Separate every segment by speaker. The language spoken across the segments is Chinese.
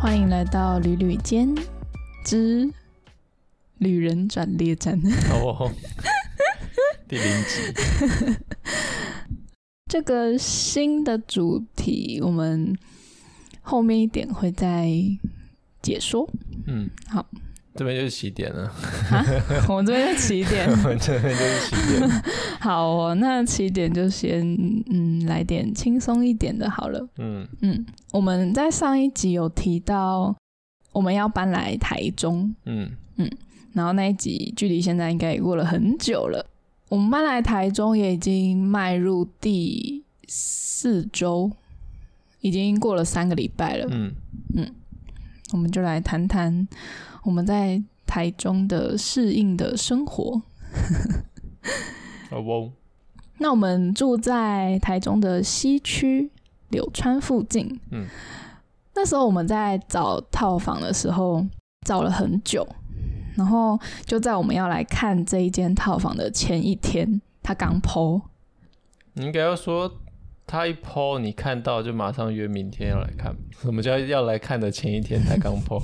Speaker 1: 欢迎来到旅旅间之旅人转列站。
Speaker 2: 哦，第零集，
Speaker 1: 这个新的主题，我们后面一点会再解说。
Speaker 2: 嗯，
Speaker 1: 好，
Speaker 2: 这边就是起点了，
Speaker 1: 我们这边的起点，
Speaker 2: 我们 这边就是起点，
Speaker 1: 好哦，那起点就先嗯来点轻松一点的好了。
Speaker 2: 嗯
Speaker 1: 嗯，我们在上一集有提到我们要搬来台中，
Speaker 2: 嗯，
Speaker 1: 然后那一集距离现在应该也过了很久了。我们搬来台中也已经迈入第四周，已经过了三个礼拜了。
Speaker 2: 嗯，
Speaker 1: 我们就来谈谈我们在台中的适应的生活。
Speaker 2: 哦喔，
Speaker 1: 那我们住在台中的西区柳川附近。
Speaker 2: 嗯，
Speaker 1: 那时候我们在找套房的时候找了很久，然后就在我们要来看这一间套房的前一天，他刚剖。
Speaker 2: 你应该要说他一 PO 你看到就马上约明天要来看，什么叫要来看的前一天才刚 PO？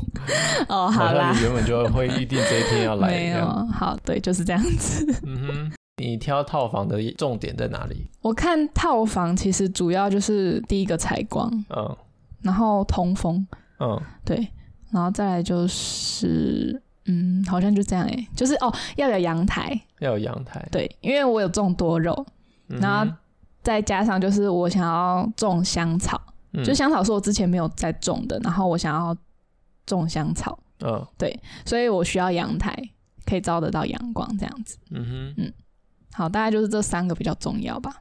Speaker 1: 哦，好
Speaker 2: 好像
Speaker 1: 啦
Speaker 2: 你，原本就会预定这一天要 来
Speaker 1: 没
Speaker 2: 一
Speaker 1: 有
Speaker 2: 样，，
Speaker 1: 好，对，就是这样子。
Speaker 2: 嗯哼，你挑套房的重点在哪里？
Speaker 1: 我看套房其实主要就是第一个采光，
Speaker 2: 嗯
Speaker 1: 然后通风，
Speaker 2: 嗯
Speaker 1: 对，然后再来就是，嗯，好像就这样哎、就是哦，要有阳台，
Speaker 2: 要有阳台，
Speaker 1: 对，因为我有种多肉，
Speaker 2: 嗯哼
Speaker 1: 然后再加上就是我想要种香草，
Speaker 2: 嗯
Speaker 1: 就香草是我之前没有在种的，然后我想要种香草，
Speaker 2: 嗯
Speaker 1: 所以我需要阳台可以照得到阳光这样子。
Speaker 2: 嗯哼。
Speaker 1: 好，大概就是这三个比较重要吧。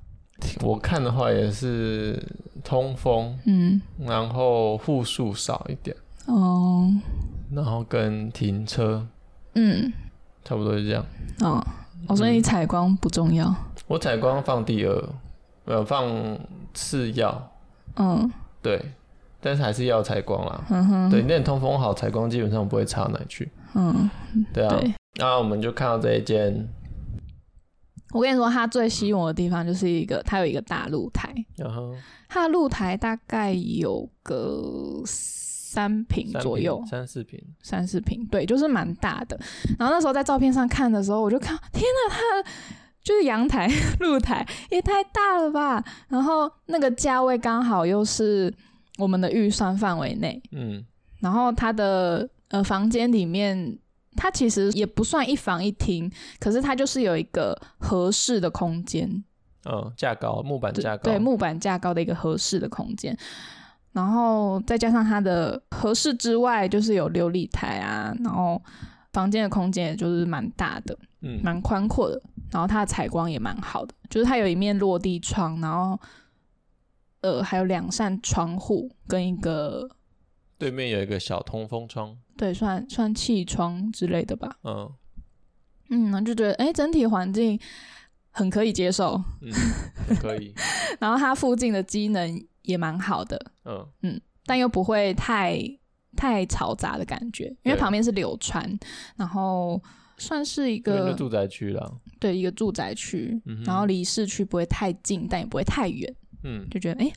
Speaker 2: 我看的话也是通风，
Speaker 1: 嗯，
Speaker 2: 然后户数少一点，
Speaker 1: 哦，
Speaker 2: 然后跟停车
Speaker 1: 嗯，
Speaker 2: 差不多是这样。
Speaker 1: 哦，哦，所以
Speaker 2: 嗯
Speaker 1: 你采光不重要。
Speaker 2: 我采光放第二，呃，放次要，
Speaker 1: 嗯
Speaker 2: 对，但是还是要采光啦。
Speaker 1: 嗯哼，
Speaker 2: 对，那你通风好，采光基本上不会差哪里去。
Speaker 1: 嗯，
Speaker 2: 对啊，
Speaker 1: 对。
Speaker 2: 那我们就看到这一间，
Speaker 1: 我跟你说，它最吸引我的地方就是一个，它有一个大露台，
Speaker 2: 然后
Speaker 1: 它的露台大概有个三平
Speaker 2: 三
Speaker 1: 左
Speaker 2: 平
Speaker 1: 右，
Speaker 2: 三四平，
Speaker 1: 三四平，对，就是蛮大的。然后那时候在照片上看的时候，我就看，天哪，它的就是阳台、 露台也太大了吧！然后那个价位刚好又是我们的预算范围内，
Speaker 2: 嗯
Speaker 1: 然后它的呃房间里面。它其实也不算一房一厅，可是它就是有一个合适的空间，
Speaker 2: 嗯，架高木板
Speaker 1: 对
Speaker 2: 架高，
Speaker 1: 对木板架高的一个合适的空间，然后再加上它的合适之外，就是有琉璃台啊，然后房间的空间也就是蛮大的，
Speaker 2: 嗯
Speaker 1: 蛮宽阔的，然后它的采光也蛮好的，就是它有一面落地窗，然后呃还有两扇窗户跟一个
Speaker 2: 对面有一个小通风窗，
Speaker 1: 对算算气窗之类的吧，
Speaker 2: 嗯
Speaker 1: 嗯，然后就觉得哎整体环境很可以接受，
Speaker 2: 嗯，可以，
Speaker 1: 然后它附近的机能也蛮好的，
Speaker 2: 嗯
Speaker 1: 但又不会太太嘈杂的感觉，因为
Speaker 2: 对
Speaker 1: 旁边是柳川，然后算是一
Speaker 2: 这边
Speaker 1: 个
Speaker 2: 就住宅区了，
Speaker 1: 对一个住宅区，
Speaker 2: 嗯哼
Speaker 1: 然后离市区不会太近，但也不会太远，
Speaker 2: 嗯，
Speaker 1: 就觉得哎、诶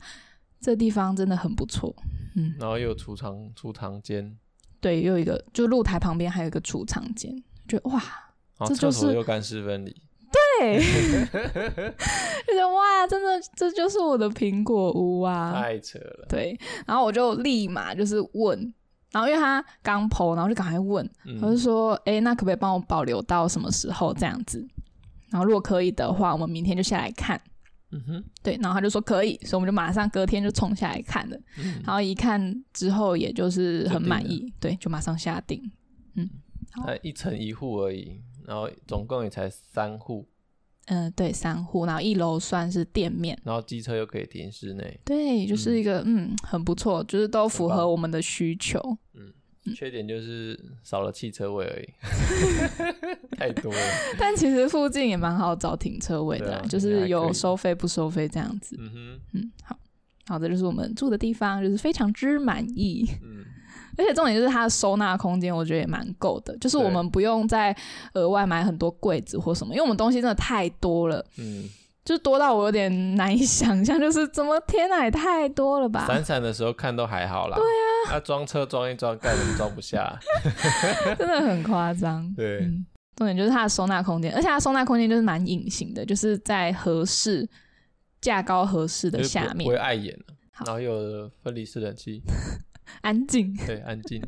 Speaker 1: 这地方真的很不错。嗯，
Speaker 2: 然后又有储藏储藏间，
Speaker 1: 对，又有一个就露台旁边还有一个储藏间，觉得哇， 这
Speaker 2: 然后
Speaker 1: 就
Speaker 2: 厕
Speaker 1: 是
Speaker 2: 所又干湿分离，
Speaker 1: 对，就觉得哇，真的这就是我的苹果屋啊！
Speaker 2: 太扯了，
Speaker 1: 对，然后我就立马就是问，然后因为他刚剖，然后就赶快问，我就
Speaker 2: 嗯
Speaker 1: 说，哎、那可不可以帮我保留到什么时候这样子？然后如果可以的话，我们明天就下来看。
Speaker 2: 嗯哼，
Speaker 1: 对，然后他就说可以，所以我们就马上隔天就冲下来看了。
Speaker 2: 嗯
Speaker 1: 然后一看之后，也就是很满
Speaker 2: 就定
Speaker 1: 意，对，就马上下定。好
Speaker 2: 它一层一户而已，然后总共也才三户，
Speaker 1: 嗯、对，三户，然后一楼算是店面，
Speaker 2: 然后机车又可以停室内，
Speaker 1: 对，就是一个嗯很不错，就是都符
Speaker 2: 很
Speaker 1: 合
Speaker 2: 棒
Speaker 1: 我们的需求。
Speaker 2: 嗯
Speaker 1: 嗯
Speaker 2: 缺点就是少了汽车位而已， 太多了，
Speaker 1: 但其实附近也蛮好找停车位的啦，
Speaker 2: 对啊
Speaker 1: 就
Speaker 2: 也还
Speaker 1: 是
Speaker 2: 可
Speaker 1: 有
Speaker 2: 以
Speaker 1: 收费不收费这样子。
Speaker 2: 嗯
Speaker 1: 嗯，好，好，这就是我们住的地方，就是非常之满意。
Speaker 2: 哼，嗯
Speaker 1: 而且重点就是它的收纳空间，我觉得也蛮够的，就是我
Speaker 2: 对
Speaker 1: 们不用再额外买很多柜子或什么，因为我们东西真的太多了，
Speaker 2: 嗯，
Speaker 1: 就是多到我有 点难以想象，就是怎么天哪，也太多了吧？
Speaker 2: 闪闪的时候看都还好啦，对啊，啊，装车装一装，盖子装不下。
Speaker 1: 真的很夸张。
Speaker 2: 对
Speaker 1: 嗯，重点就是它的收纳空间，而且它的收纳空间就是蛮隐形的，就是在合适架高合适的
Speaker 2: 就是
Speaker 1: 下
Speaker 2: 不不
Speaker 1: 面
Speaker 2: 会，碍眼啊
Speaker 1: 好
Speaker 2: 然后又有分离式冷气，
Speaker 1: 安静。
Speaker 2: 对，安 静。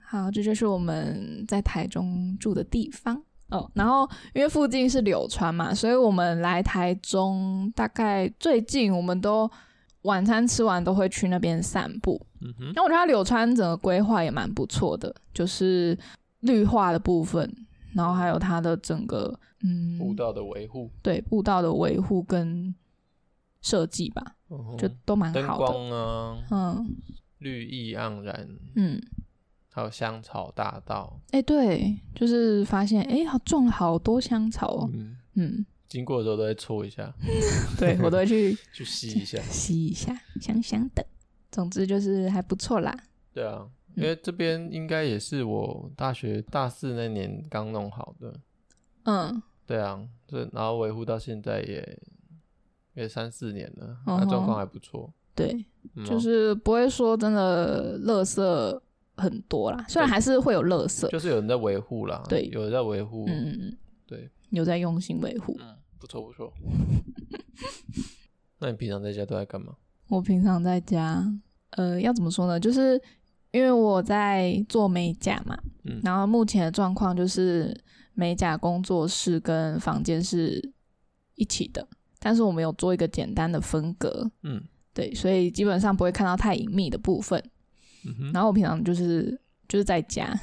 Speaker 1: 好，这就是我们在台中住的地方
Speaker 2: 嗯
Speaker 1: 哦。然后因为附近是柳川嘛，所以我们来台中大概最近我们都晚餐吃完都会去那边散步。
Speaker 2: 嗯哼，
Speaker 1: 那我觉得它柳川整个规划也蛮不错的，就是绿化的部分，然后还有它的整个嗯
Speaker 2: 步道的维护，
Speaker 1: 对步道的维护跟设计吧，就
Speaker 2: 嗯
Speaker 1: 都蛮
Speaker 2: 灯
Speaker 1: 好的。
Speaker 2: 光啊，
Speaker 1: 嗯
Speaker 2: 绿意盎然，
Speaker 1: 嗯，
Speaker 2: 还有香草大道。
Speaker 1: 哎、对，就是发现哎、好种了好多香草哦。
Speaker 2: 嗯，
Speaker 1: 嗯，
Speaker 2: 经过的时候都会搓一下，
Speaker 1: 对 我都会去
Speaker 2: 去吸一下。
Speaker 1: 吸一下，香香的。总之就是还不错啦。
Speaker 2: 对啊，
Speaker 1: 嗯
Speaker 2: 因为这边应该也是我大学大四那年刚弄好的。
Speaker 1: 嗯，
Speaker 2: 对啊，这然后维护到现在也也三四年了，
Speaker 1: 嗯
Speaker 2: 那
Speaker 1: 哼
Speaker 2: 状况还不错。
Speaker 1: 对，
Speaker 2: 嗯哦
Speaker 1: 就是不会说真的垃圾很多啦，虽然还是会有垃圾。
Speaker 2: 哦就是有人在维护啦，
Speaker 1: 对
Speaker 2: 有人在维护，
Speaker 1: 嗯嗯嗯，
Speaker 2: 对，
Speaker 1: 有在用心维护。
Speaker 2: 嗯，不错不错。 那你平常在家都在干嘛？
Speaker 1: 我平常在家，呃，要怎么说呢？就是因为我在做美甲嘛，
Speaker 2: 嗯
Speaker 1: 然后目前的状况就是美甲工作室跟房间是一起的，但是我们有做一个简单的分隔，
Speaker 2: 嗯
Speaker 1: 对，所以基本上不会看到太隐秘的部分。
Speaker 2: 嗯哼，
Speaker 1: 然后我平常就是就是在家，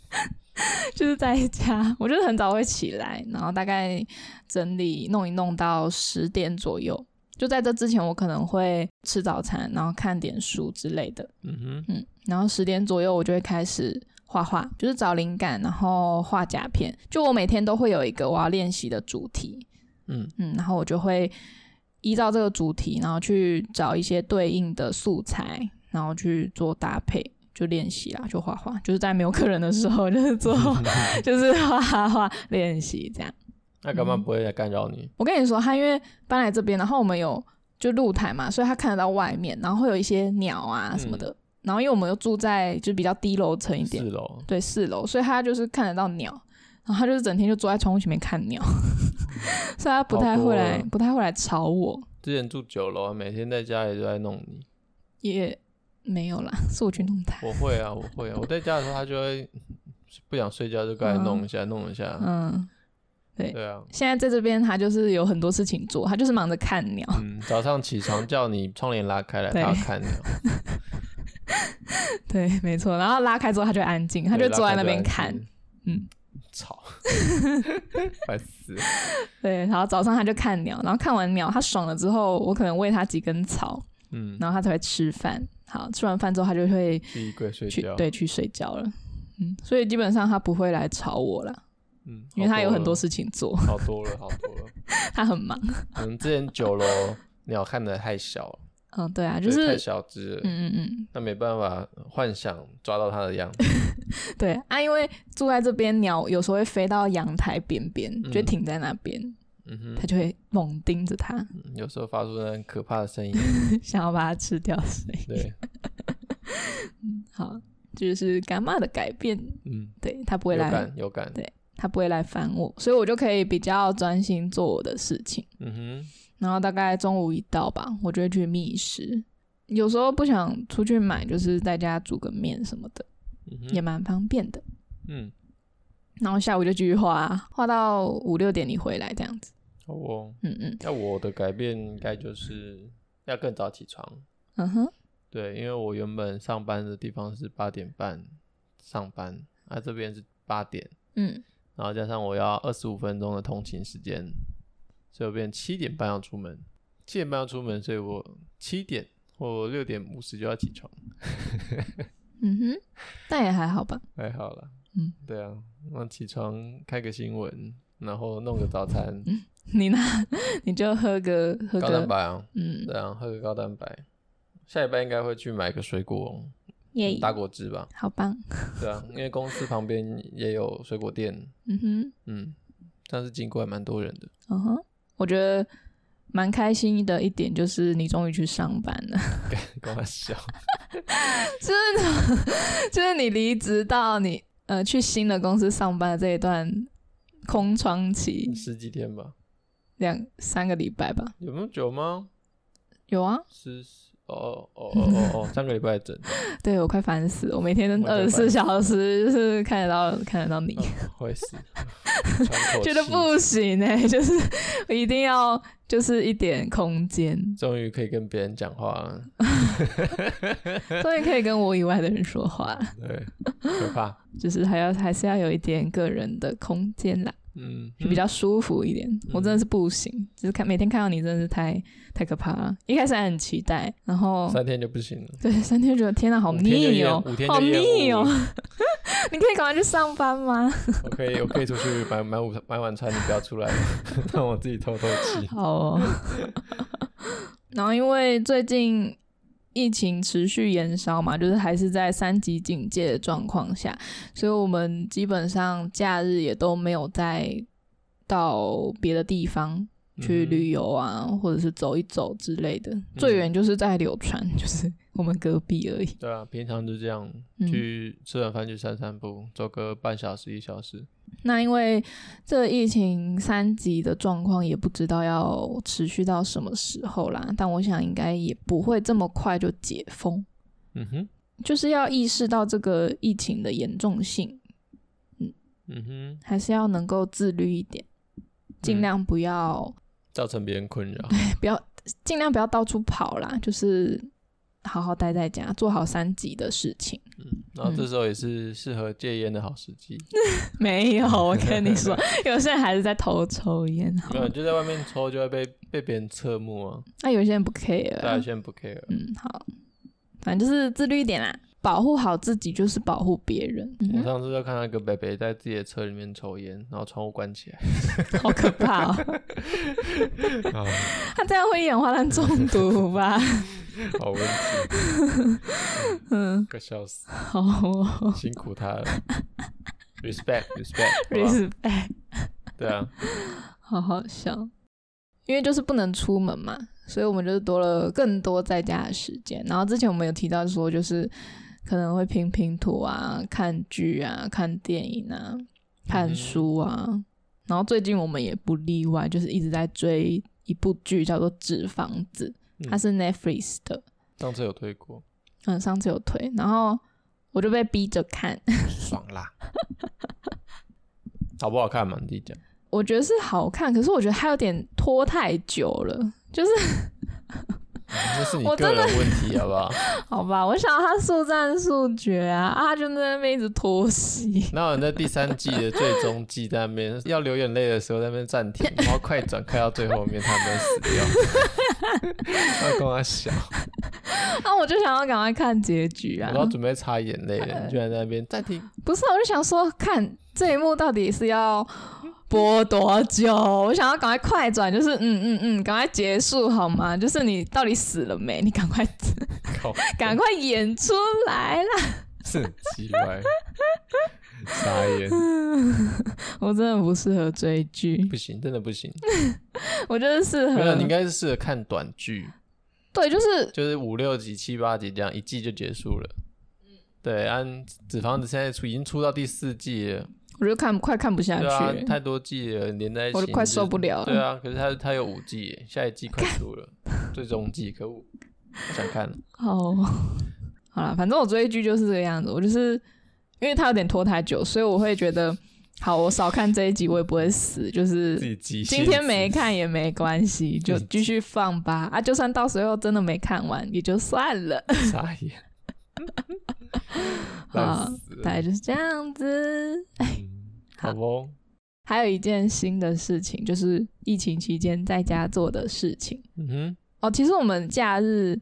Speaker 1: 就是在家，我就是很早会起来，然后大概整理弄一弄到十点左右。就在这之前，我可能会吃早餐，然后看点书之类的，
Speaker 2: 嗯哼，
Speaker 1: 嗯，然后十点左右我就会开始画画，就是找灵感，然后画甲片。就我每天都会有一个我要练习的主题，
Speaker 2: 嗯
Speaker 1: 嗯，然后我就会依照这个主题，然后去找一些对应的素材，然后去做搭配，就练习啦，就画画，就是在没有客人的时候，就是做，
Speaker 2: 嗯
Speaker 1: 就是画画练习这样。
Speaker 2: 那干
Speaker 1: 嗯
Speaker 2: 嘛不会来干扰你？
Speaker 1: 我跟你说，他因为搬来这边，然后我们有就露台嘛，所以他看得到外面，然后会有一些鸟啊什么
Speaker 2: 嗯
Speaker 1: 的。然后因为我们又住在就比较低楼层一
Speaker 2: 四
Speaker 1: 点，
Speaker 2: 楼，
Speaker 1: 对四楼，所以他就是看得到鸟，然后他就是整天就坐在窗户前面看鸟， 所以他不太
Speaker 2: 好多
Speaker 1: 会来
Speaker 2: 了，
Speaker 1: 不太会来吵我。
Speaker 2: 之前住九楼，啊每天在家里都在弄你。
Speaker 1: 也没有啦， 是我去弄他。
Speaker 2: 我会啊，我会啊，我在家的时候他就会 不想睡觉就过来弄一下，弄一下。
Speaker 1: 嗯，哦
Speaker 2: 对啊，
Speaker 1: 现在在这边他就是有很多事情做，他就是忙着看鸟。
Speaker 2: 嗯，早上起床叫你窗帘拉开来，
Speaker 1: 对
Speaker 2: 他看你。
Speaker 1: 对，没错。然后拉开之后他就安静，他就
Speaker 2: 对
Speaker 1: 坐在
Speaker 2: 拉开
Speaker 1: 那边
Speaker 2: 就安
Speaker 1: 看
Speaker 2: 静。
Speaker 1: 嗯，
Speaker 2: 吵， 烦死了。
Speaker 1: 对，然后早上他就看鸟，然后看完鸟他爽了之后，我可能喂他几根草，
Speaker 2: 嗯，
Speaker 1: 然后他才会吃饭。好，吃完饭之后他就会
Speaker 2: 去衣柜睡
Speaker 1: 去
Speaker 2: 觉。，
Speaker 1: 对去睡觉了。嗯，所以基本上他不会来吵我啦，
Speaker 2: 嗯，
Speaker 1: 因为他有很多
Speaker 2: 事，
Speaker 1: 事情做，
Speaker 2: 好多了，好多了。
Speaker 1: 他很忙。
Speaker 2: 我们之前九楼 鸟看的太小了，
Speaker 1: 嗯，对啊，就
Speaker 2: 对
Speaker 1: 是
Speaker 2: 太小只了，
Speaker 1: 嗯嗯嗯，
Speaker 2: 那没办法幻想抓到它的样子。
Speaker 1: 对啊，因为住在这边，鸟有时候会飞到阳台边边，
Speaker 2: 嗯
Speaker 1: 就停在那边，
Speaker 2: 嗯哼
Speaker 1: 它，就会猛盯着它，
Speaker 2: 嗯有时候发出那很可怕 的声音。
Speaker 1: 想要把它吃掉。所以
Speaker 2: 对，
Speaker 1: 好，就是干妈的改变，
Speaker 2: 嗯，
Speaker 1: 对它不会
Speaker 2: 有
Speaker 1: 来，
Speaker 2: 感有感
Speaker 1: 对。它不会来烦我，所以我就可以比较专心做我的事情。
Speaker 2: 嗯哼，
Speaker 1: 然后大概中午一到吧，我就会去觅食。有时候不想出去买，就是在家煮个面什么的，
Speaker 2: 嗯
Speaker 1: 也
Speaker 2: 哼，
Speaker 1: 蛮方便的。
Speaker 2: 嗯，
Speaker 1: 然后下午就继续画，啊画到五六点你回来这样子。
Speaker 2: 好哦。
Speaker 1: 嗯嗯
Speaker 2: 那我的改变应该就是要更早起床。
Speaker 1: 嗯哼
Speaker 2: 对，因为我原本上班的地方是八点半上班，啊这边是八点，
Speaker 1: 嗯
Speaker 2: 然后加上我要二十五分钟的通勤时间，所以我变七点半要出门，七点半要出门，所以我七点或六点五十就要起床，
Speaker 1: 嗯哼，但也还好吧。
Speaker 2: 还好啦，
Speaker 1: 嗯，
Speaker 2: 对啊，那起床看个新闻，然后弄个早餐，
Speaker 1: 你呢？ 你就喝个嗯喝
Speaker 2: 高蛋
Speaker 1: 个，
Speaker 2: 白啊，
Speaker 1: 嗯，
Speaker 2: 对啊，喝个高蛋白，下礼拜应该会去买个水果
Speaker 1: 耶，
Speaker 2: 打果汁吧，
Speaker 1: 好棒，
Speaker 2: 对啊，因为公司旁边也有水果店，
Speaker 1: 嗯哼，
Speaker 2: 嗯，但是经过还蛮多人的，
Speaker 1: 嗯哼，我觉得蛮开心的一点就是你终于去上班了，
Speaker 2: 跟我笑，
Speaker 1: 就是你离职到你呃去新的公司上班的这一段空窗期
Speaker 2: 十几天吧？
Speaker 1: 两三个礼拜吧，
Speaker 2: 有那么久吗？
Speaker 1: 有啊，
Speaker 2: 是哦哦哦
Speaker 1: 嗯
Speaker 2: 哦哦，上个礼拜 整，
Speaker 1: 对我快烦死了，我每天
Speaker 2: 我
Speaker 1: 二
Speaker 2: 也
Speaker 1: 十
Speaker 2: 快
Speaker 1: 四
Speaker 2: 烦死
Speaker 1: 小时就是看得到看得到你，
Speaker 2: 我也是，哦 喘口
Speaker 1: 觉得
Speaker 2: 气，
Speaker 1: 不行哎、 就是我一定要就是一点空 间，
Speaker 2: 终于可以跟别人讲话了，
Speaker 1: 终于可以跟我以外的人说话，
Speaker 2: 对，可怕，
Speaker 1: 就是还要还是要有一点个人的空间啦，
Speaker 2: 嗯，
Speaker 1: 就比较舒服一点。我真的是不行，就是看每天看到你真的是太太可怕了。一开始还很期待，然后
Speaker 2: 嗯三天就不行了。
Speaker 1: 对三天就觉得天哪，哦好
Speaker 2: 五天就
Speaker 1: 腻
Speaker 2: 厌
Speaker 1: 哦
Speaker 2: 五天，就
Speaker 1: 好
Speaker 2: 厌
Speaker 1: 腻
Speaker 2: 恶
Speaker 1: 哦。你可以赶快去上班吗？
Speaker 2: 我可以，我可以出去买买午买晚餐，你不要出来， 让我自己透透气。
Speaker 1: 好哦。 然后因为最近疫情持续延烧嘛，就是还是在三级警戒的状况下，所以我们基本上假日也都没有再到别的地方去
Speaker 2: 嗯
Speaker 1: 旅游啊，或者是走一走之类的。最远就是在柳川， 就是我们隔壁而已。
Speaker 2: 对啊，平常就这样，
Speaker 1: 嗯
Speaker 2: 去吃完饭去散散步，走个半小时一小时。
Speaker 1: 那因为这疫情三级的状况也不知道要持续到什么时候啦，但我想应该也不会这么快就解封，
Speaker 2: 嗯哼，
Speaker 1: 就是要意识到这个疫情的严重性，
Speaker 2: 嗯哼，
Speaker 1: 还是要能够自律一点，尽量不要、
Speaker 2: 造成别人 困扰。
Speaker 1: 不要尽量不要到处跑啦，就是好好待在家，做好三级的事情。
Speaker 2: 嗯，然后这时候也是适合戒烟的好时机。
Speaker 1: 没有，我跟你说，有些人还是在偷抽烟，好
Speaker 2: 没有，你就在外面抽，就会被被别人侧目啊。
Speaker 1: 那有些人不 care，啊
Speaker 2: 大家先不 care。
Speaker 1: 嗯，好，反正就是自律一点啦，保护好自己就是保护别人，嗯
Speaker 2: 我
Speaker 1: 哼
Speaker 2: 上次就看到一个北北在自己的车里面抽烟，然后窗户关 起来。
Speaker 1: 好可怕哦！他这样会一氧化碳中毒吧？
Speaker 2: 好温馨，
Speaker 1: 嗯，
Speaker 2: 个笑死，
Speaker 1: 好、哦、
Speaker 2: 辛苦他了。Respect，respect，
Speaker 1: ，respect，
Speaker 2: 对啊，
Speaker 1: 好好笑。因为就是不能出门嘛，所以我们就是多了更多在家的时间。然后之前我们有提到说，就是可能会拼拼图啊、看剧啊、看电影啊、看书啊。然后最近我们也不例外，就是一直在追一部剧，叫做《纸房子》，
Speaker 2: 嗯
Speaker 1: 它是 Netflix 的，
Speaker 2: 上次有推过，
Speaker 1: 嗯，上次有推，然后我就被逼着看，
Speaker 2: 爽啦。 好不好看嘛？你自己讲。
Speaker 1: 我觉得是好看，可是我觉得它有点拖太久了，就是
Speaker 2: 嗯这是你
Speaker 1: 我
Speaker 2: 个人问题，好不好？
Speaker 1: 好吧，我想他速战速决啊，啊，就在那边一直拖 戏，
Speaker 2: 那我们在第三季的最终季在那边要流眼泪的时候，在那边暂 停，然后快转快到最后面，他们死掉。 他跟我笑，
Speaker 1: 那、我就想要赶快看结局
Speaker 2: 我
Speaker 1: 啊，
Speaker 2: 都准备擦眼泪了，你居然在那边暂 停。
Speaker 1: 不是啊，我就想说看这一幕到底是要播多久，我想要赶快快转，就是嗯嗯嗯，赶快结束好吗？就是你到底死了没？你赶快
Speaker 2: 靠
Speaker 1: 赶快演出来啦！
Speaker 2: 是很奇怪， 傻眼，
Speaker 1: 我真的不适合追剧，
Speaker 2: 不行，真的不 行。
Speaker 1: 我就是适
Speaker 2: 没有，
Speaker 1: 合
Speaker 2: 你应该是适合看短剧，
Speaker 1: 对，就是
Speaker 2: 就是五六集、七八集这样，一季就结束了。
Speaker 1: 嗯
Speaker 2: 对，按纸房子现在出已经出到第四季了，
Speaker 1: 我就看快看不下去
Speaker 2: 对啊
Speaker 1: 了，，
Speaker 2: 太多季了，连在一起
Speaker 1: 我都快受不了了。
Speaker 2: 对啊，可是它它有五季耶，下一季快出了，最终季，可恶，不想看了。
Speaker 1: 哦，好啦，反正我追剧就是这个样子，我就是因为它有点拖太久，所以我会觉得，好，我少看这一集我也不会死，就是
Speaker 2: 己急
Speaker 1: 今天没看也没关系，就继续放吧。啊，就算到时候真的没看完也就算了，
Speaker 2: 傻眼，
Speaker 1: 啊
Speaker 2: 烂死了
Speaker 1: 大概就是这样子。
Speaker 2: 嗯好不？
Speaker 1: 还有一件新的事情，就是疫情期间在家做的事情
Speaker 2: 嗯哼，
Speaker 1: 哦。其实我们假日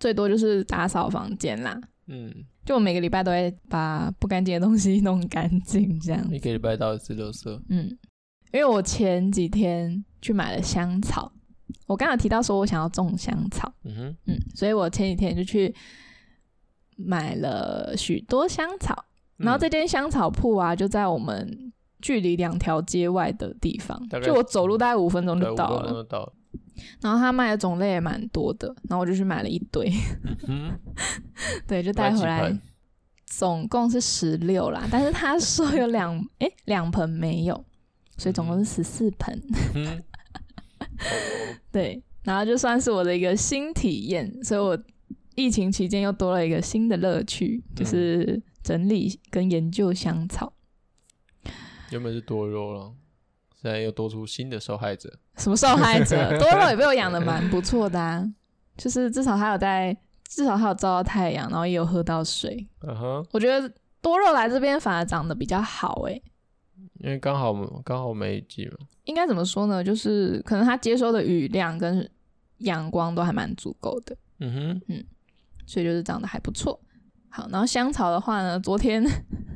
Speaker 1: 最多就是打扫房间啦，
Speaker 2: 嗯，
Speaker 1: 就我每个礼拜都会把不干净的东西 弄干净，这样子
Speaker 2: 一个礼拜到一次六色，
Speaker 1: 嗯，因为我前几天去买了香草，我刚刚提到说我想要种香草，
Speaker 2: 嗯哼，
Speaker 1: 嗯，所以我前几天就去买了许多香草，
Speaker 2: 嗯
Speaker 1: 然后这间香草铺啊就在我们距离两条街外的地方
Speaker 2: 大，概
Speaker 1: 就我走路大概五分钟
Speaker 2: 嗯对
Speaker 1: 就
Speaker 2: 五
Speaker 1: 到
Speaker 2: 分钟
Speaker 1: 了。
Speaker 2: 就到了，
Speaker 1: 然后他卖的种类也蛮多的，然后我就去买了一堆，
Speaker 2: 嗯，
Speaker 1: 对，就带回
Speaker 2: 买
Speaker 1: 来
Speaker 2: 几盆，
Speaker 1: 总共是十六啦，但是他说有两哎两盆没有，所以总共是十四盆。
Speaker 2: 嗯，哦
Speaker 1: 对，然后就算是我的一个新体验，所以我疫情期间又多了一个新的乐趣，就是整理跟研究香草。
Speaker 2: 原本是多肉了，现在又多出新的受害者。
Speaker 1: 什么受害者？多肉也被我养的蛮不错的啊，就是至少还有在，至少还有照到太阳，然后也有喝到水。
Speaker 2: 嗯哼，
Speaker 1: 我觉得多肉来这边反而长得比较好诶、
Speaker 2: 因为刚好刚好梅雨季嘛，
Speaker 1: 应该怎么说呢？就是可能它接收的雨量跟阳光都还蛮足够的，
Speaker 2: 嗯哼，
Speaker 1: 所以就是长得还不错。好，然后香草的话呢，昨天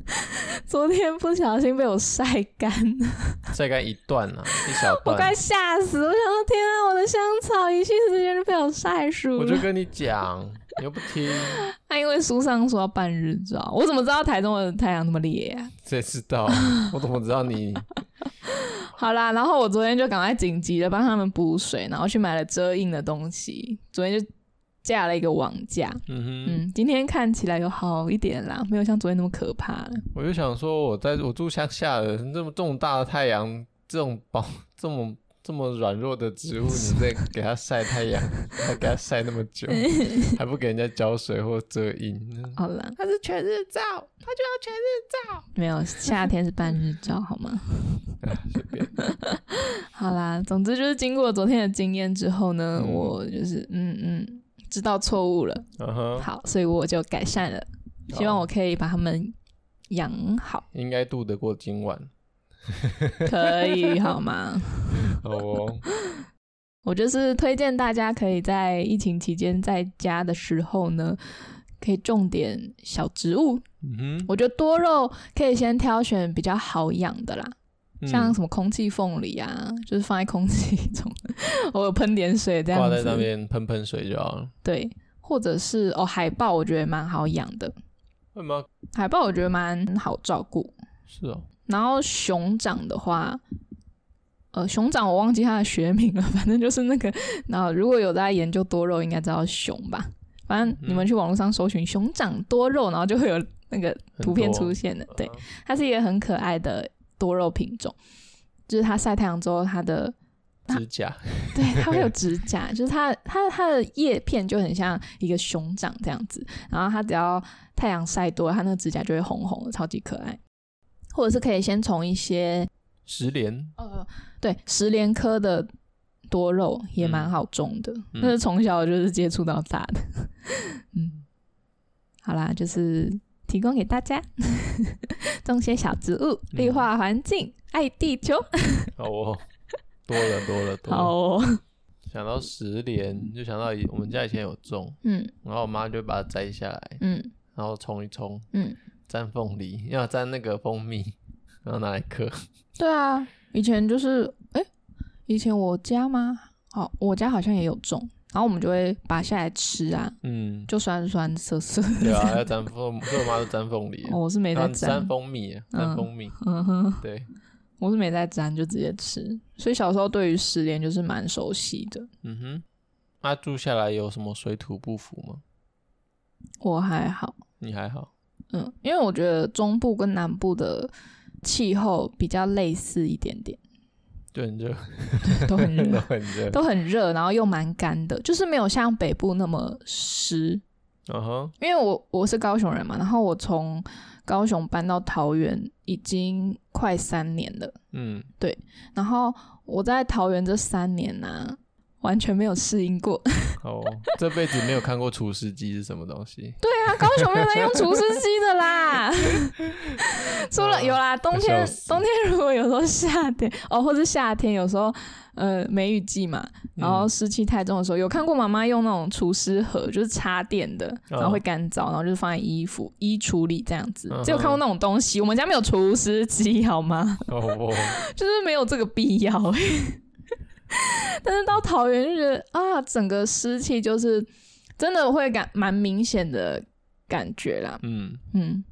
Speaker 1: 昨天不小心被我晒干了，
Speaker 2: 晒干一段啊，一小
Speaker 1: 我快
Speaker 2: 段。
Speaker 1: 吓死！我想说，天啊，我的香草一夕之间就被我晒熟
Speaker 2: 我
Speaker 1: 了
Speaker 2: 就。跟你讲，你又不听，
Speaker 1: 他因为书上说要半日照，我怎么知道台中的太阳那么烈啊呀、
Speaker 2: 谁知道？我怎么知道你？
Speaker 1: 好啦，然后我昨天就赶快紧急的帮他们补水，然后去买了遮阴的东西。昨天就架了一个网架，
Speaker 2: 嗯哼，
Speaker 1: 嗯，今天看起来有好一点啦，没有像昨天那么可怕了。
Speaker 2: 我就想说，我在我住乡下的，这么这么大的太阳，这种薄 这么这么软弱的植物，你在给它晒太阳， 还给它晒那么 久，还不给人家浇水或遮阴，
Speaker 1: 好啦，
Speaker 2: 它是全日照，它就要全日
Speaker 1: 没有，夏天是半日照，好吗？
Speaker 2: 啊
Speaker 1: 好啦，总之就是经过昨天的经验之后呢，
Speaker 2: 嗯
Speaker 1: 我就是嗯嗯，知道错误了，
Speaker 2: 照。嗯哼，
Speaker 1: 好，所以我就改善了，希望我可以把它们养好。
Speaker 2: 应该度得过今晚。
Speaker 1: 可以好吗？
Speaker 2: 好哦，
Speaker 1: 我就是推荐大家可以在疫情期间在家的时候呢，可以种点小植物。
Speaker 2: 嗯
Speaker 1: 我觉得多肉可以先挑选比较好养的啦，
Speaker 2: 哼，
Speaker 1: 像
Speaker 2: 嗯
Speaker 1: 什么空气凤梨啊，就是放在空气中， 偶尔喷点水这样
Speaker 2: 挂
Speaker 1: 子。
Speaker 2: 在那边喷喷水就好了，
Speaker 1: 对，或者是哦海豹，我觉得蛮好养的，
Speaker 2: 会吗？
Speaker 1: 海豹我觉得蛮好照顾。
Speaker 2: 是哦，
Speaker 1: 然后熊掌的话，呃，熊掌我忘记它的学名了， 反正就是那个。然后如果有在研究多肉，应该知道熊吧？反正
Speaker 2: 嗯
Speaker 1: 你们去网络上搜寻熊掌多肉，然后就会有那个
Speaker 2: 很
Speaker 1: 图片
Speaker 2: 多
Speaker 1: 出现的。对
Speaker 2: 啊，
Speaker 1: 它是一个很可爱的多肉品种，就是它晒太阳之后，它的
Speaker 2: 指甲，
Speaker 1: 对它会有指甲，就是它它它的叶片就很像一个熊掌这样子，然后它只要太阳晒多了，它那个指甲就会红红的，超级可爱。或者是可以先从一些
Speaker 2: 十连，
Speaker 1: 呃，对，石莲科的多肉也蛮好种的，
Speaker 2: 嗯
Speaker 1: 那是从小就是接触到大的。 嗯，好啦，就是提供给大家种些小植物，绿
Speaker 2: 嗯
Speaker 1: 化环境，爱地球。
Speaker 2: 好哦，多了多了多了。
Speaker 1: 好、哦，
Speaker 2: 想到十莲，就想到以我们家以前有种，
Speaker 1: 嗯
Speaker 2: 然后我妈就会把它摘下来，
Speaker 1: 嗯
Speaker 2: 然后冲一冲，
Speaker 1: 嗯，
Speaker 2: 沾凤梨，要沾那个蜂蜜， 然后拿来嗑。
Speaker 1: 对啊，以前就是哎、以前我家吗？好、我家好像也有种，然后我们就会拔下来吃啊，
Speaker 2: 嗯，
Speaker 1: 就酸酸涩涩。
Speaker 2: 对啊，要沾凤，所以我妈都沾凤梨，
Speaker 1: 哦我是没在
Speaker 2: 沾
Speaker 1: 沾
Speaker 2: 沾，蜂蜜啊，
Speaker 1: 嗯
Speaker 2: 沾蜂蜜，
Speaker 1: 嗯哼。
Speaker 2: 对，
Speaker 1: 我是没在沾，就直接吃。所以小时候对于失恋就是蛮熟悉的。
Speaker 2: 嗯哼。那住下来有什么水土不服吗？
Speaker 1: 我还好，
Speaker 2: 你还好，
Speaker 1: 嗯，因为我觉得中部跟南部的气候比较类似一点点，
Speaker 2: 就很热，
Speaker 1: 都很
Speaker 2: 都
Speaker 1: 热，
Speaker 2: 很热。
Speaker 1: 嗯都很热，然后又蛮干的，就是没有像北部那么湿。
Speaker 2: 嗯哼，
Speaker 1: 因为我我是高雄人嘛，然后我从高雄搬到桃园已经快三年了，
Speaker 2: 嗯，
Speaker 1: 然后我在桃园这三年呢、完全没有适应 过，
Speaker 2: 好哦，这辈子没有看过除湿机是什么东西。对，
Speaker 1: 对啊，高雄没有在用除湿机的啦， 除了有啦，冬
Speaker 2: 笑
Speaker 1: 天
Speaker 2: 死
Speaker 1: 冬天如果有时候夏天哦，或者夏天有时候呃梅雨季嘛，
Speaker 2: 嗯
Speaker 1: 然后湿气太重的时候，有看过妈妈用那种除湿盒，就是插电的，然后会干燥，然后就是放在衣服衣橱里这样子
Speaker 2: 嗯哼，
Speaker 1: 只有看过那种东西。我们家没有除湿机好吗？
Speaker 2: 哦哦，
Speaker 1: 就是没有这个必要、欸。 但是到桃园就觉得啊，整个湿气就是真的会感蛮明显的感觉啦。
Speaker 2: 嗯，
Speaker 1: 嗯，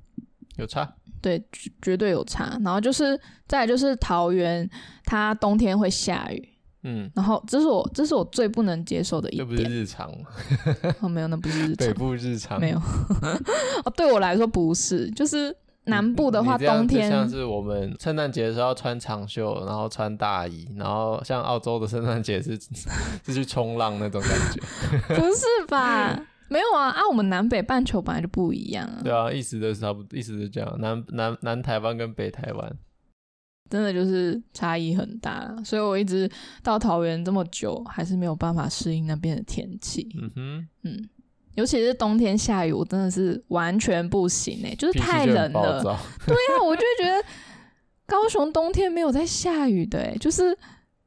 Speaker 2: 有差，
Speaker 1: 对，绝绝对有差。然后就是再来就是桃园，它冬天会下雨，
Speaker 2: 嗯，
Speaker 1: 然后这是我这是我最不能接受的一
Speaker 2: 这不是
Speaker 1: 点。
Speaker 2: 日常 吗，
Speaker 1: 哦，没有，那不是日
Speaker 2: 北
Speaker 1: 常，
Speaker 2: 部日常嗯
Speaker 1: 没有。 哦，对我来说不是，就是南部的话，
Speaker 2: 你这样
Speaker 1: 冬
Speaker 2: 就像
Speaker 1: 天
Speaker 2: 是我们圣诞节的时候要穿长袖，然后穿大衣，然后像澳洲的圣诞节是 是去冲浪那种感觉，
Speaker 1: 不是吧？ 没有啊啊，我们南北半球本来就不一样啊，
Speaker 2: 对啊，意思都是差不多，意思是这样，南南南台湾跟北台湾，
Speaker 1: 真的就是差异很大啦。所以我一直到桃园这么久，还是没有办法适应那边的天气。
Speaker 2: 嗯哼，
Speaker 1: 嗯，尤其是冬天下雨，我真的是完全不行哎、就是
Speaker 2: 脾气
Speaker 1: 太
Speaker 2: 就很
Speaker 1: 冷
Speaker 2: 暴
Speaker 1: 了。
Speaker 2: 躁，
Speaker 1: 对啊，我就会觉得高雄冬天没有在下雨的哎、就是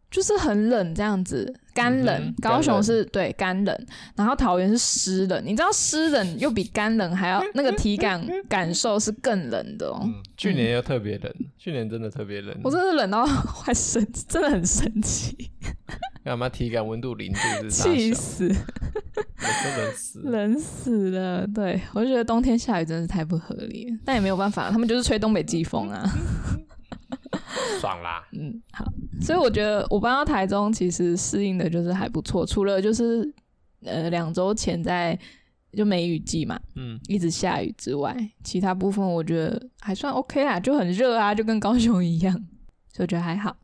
Speaker 1: 就是很冷这样子，干冷。
Speaker 2: 嗯哼
Speaker 1: 高
Speaker 2: 干
Speaker 1: 雄
Speaker 2: 冷
Speaker 1: 是对干冷，然后桃园是湿冷。你知道湿冷又比干冷还要那个体感感受是更冷的哦、
Speaker 2: 嗯，去年又特别冷，去年真的特别冷，
Speaker 1: 我真的冷到 快生，真的很生气，
Speaker 2: 干嘛体感温度零度 是啥
Speaker 1: 气
Speaker 2: 小？
Speaker 1: 死。
Speaker 2: 我真冷死了。
Speaker 1: 冷死了，对我就觉得冬天下雨真的是太不合理了，但也没有办法，他们就是吹东北季风啊。
Speaker 2: 爽啦！
Speaker 1: 嗯，好，所以我觉得我搬到台中，其实适应的就是还不错，除了就是呃两周前在就梅雨季嘛，
Speaker 2: 嗯，
Speaker 1: 一直下雨之外，其他部分我觉得还算 OK 啦，就很热啊，就跟高雄一样，所以我觉得还好，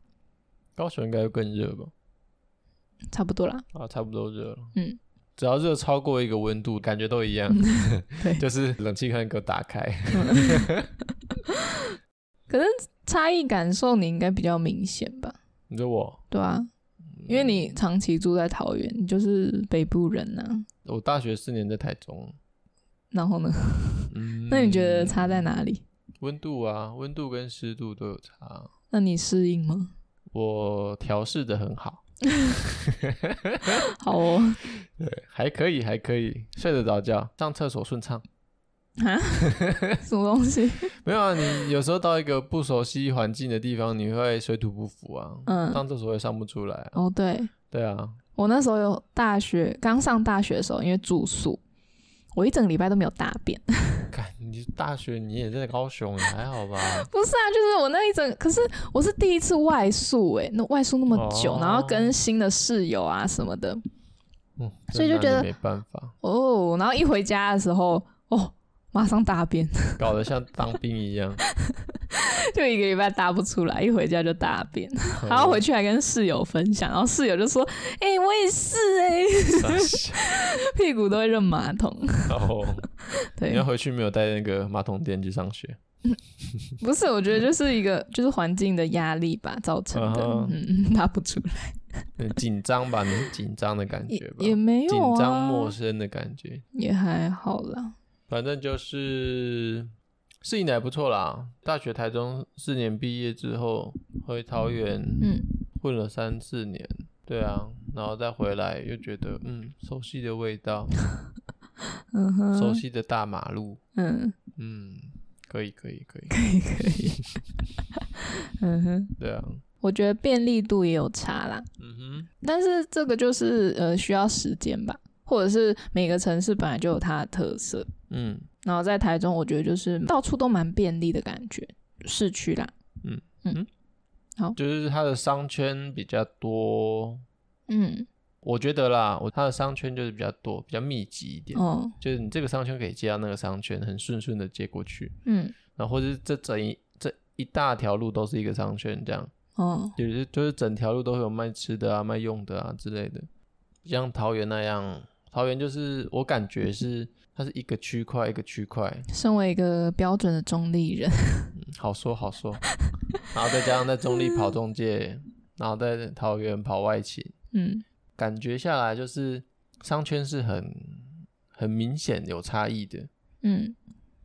Speaker 2: 高雄应该会更热吧？
Speaker 1: 差不多啦。
Speaker 2: 啊，差不多热了。
Speaker 1: 嗯，
Speaker 2: 只要热超过一个温度，感觉都一样。
Speaker 1: 嗯对
Speaker 2: 就是冷气可以给我打开。
Speaker 1: 差异感受你应该比较明显吧？
Speaker 2: 你说我，
Speaker 1: 对啊，
Speaker 2: 嗯
Speaker 1: 因为你长期住在桃园，你就是北部人呐、
Speaker 2: 我大学四年在台中，
Speaker 1: 然后呢？
Speaker 2: 嗯，
Speaker 1: 那你觉得差在哪里？
Speaker 2: 温度啊，温度跟湿度都有差。
Speaker 1: 那你适应吗？
Speaker 2: 我调试的很好，
Speaker 1: 好哦，
Speaker 2: 对，还可以，还可以，睡得着觉，上厕所顺畅。
Speaker 1: 什么东西？
Speaker 2: 没有啊，你有时候到一个不熟悉环境的地方，你会水土不服啊，
Speaker 1: 嗯
Speaker 2: 上厕所也上不出来啊、
Speaker 1: 哦，对
Speaker 2: 对啊，
Speaker 1: 我那时候有大学刚上大学的时候，因为住宿，我一整个礼拜都没有大便。
Speaker 2: 看你大学你也在高雄，还好吧？
Speaker 1: 不是啊，就是我那一整，可是我是第一次外宿诶、那外宿那么久，
Speaker 2: 哦
Speaker 1: 然后跟新的室友啊什么的，
Speaker 2: 嗯，
Speaker 1: 所以就
Speaker 2: 那你
Speaker 1: 觉得
Speaker 2: 没办法，
Speaker 1: 哦，然后一回家的时候，哦，马上大便，
Speaker 2: 搞得像当兵一样，
Speaker 1: 就一个礼拜大不出来，一回家就大便，
Speaker 2: 哦
Speaker 1: 然后回去还跟室友分享，然后室友就说：“哎、我也是哎、
Speaker 2: 去。
Speaker 1: 屁股都会认马桶。”
Speaker 2: 哦，
Speaker 1: 对
Speaker 2: 你，要回去没有带那个马桶垫去上学？
Speaker 1: 不是，我觉得就是一个就是环境的压力吧造成的
Speaker 2: 嗯哼，
Speaker 1: 嗯，拉不出来，
Speaker 2: 嗯紧张吧，你是紧张的感觉
Speaker 1: 也
Speaker 2: 吧？
Speaker 1: 也没有
Speaker 2: 紧
Speaker 1: 啊，
Speaker 2: 张陌生的感觉，
Speaker 1: 也还好啦。
Speaker 2: 反正就是适应的还不错啦。大学台中四年毕业之后回桃园，
Speaker 1: 嗯，
Speaker 2: 混了三四年，对啊，然后再回来又觉得嗯，熟悉的味道，
Speaker 1: 嗯
Speaker 2: 熟
Speaker 1: 哼，
Speaker 2: 悉的大马路，
Speaker 1: 嗯，
Speaker 2: 嗯，可以可以可以，
Speaker 1: 可以可以， 嗯哼，
Speaker 2: 对啊，
Speaker 1: 我觉得便利度也有差啦，
Speaker 2: 嗯
Speaker 1: 但是这个就是呃需要时间吧，或者是每个城市本来就有它的特色，
Speaker 2: 哼，嗯，
Speaker 1: 然后在台中，我觉得就是到处都蛮便利的感觉，市区啦，
Speaker 2: 就是它的商圈比较多，
Speaker 1: 嗯，
Speaker 2: 我觉得啦，我它的商圈就是比较多，比较密集一点，
Speaker 1: 哦，
Speaker 2: 就是你这个商圈可以接到那个商圈，很顺顺的接过去，
Speaker 1: 嗯，
Speaker 2: 然后或者是这整一这一大条路都是一个商圈，这样，
Speaker 1: 哦，
Speaker 2: 就是就是整条路都会有卖吃的啊、卖用的啊之类的，不像桃园那样，桃园就是我感觉是它是一个区块一个区块，
Speaker 1: 身为一个标准的中立人，
Speaker 2: 好说好说，然后再加上在中立跑中介，然后在桃园跑外勤，
Speaker 1: 嗯
Speaker 2: 感觉下来就是商圈是很很明显有差异的，
Speaker 1: 嗯。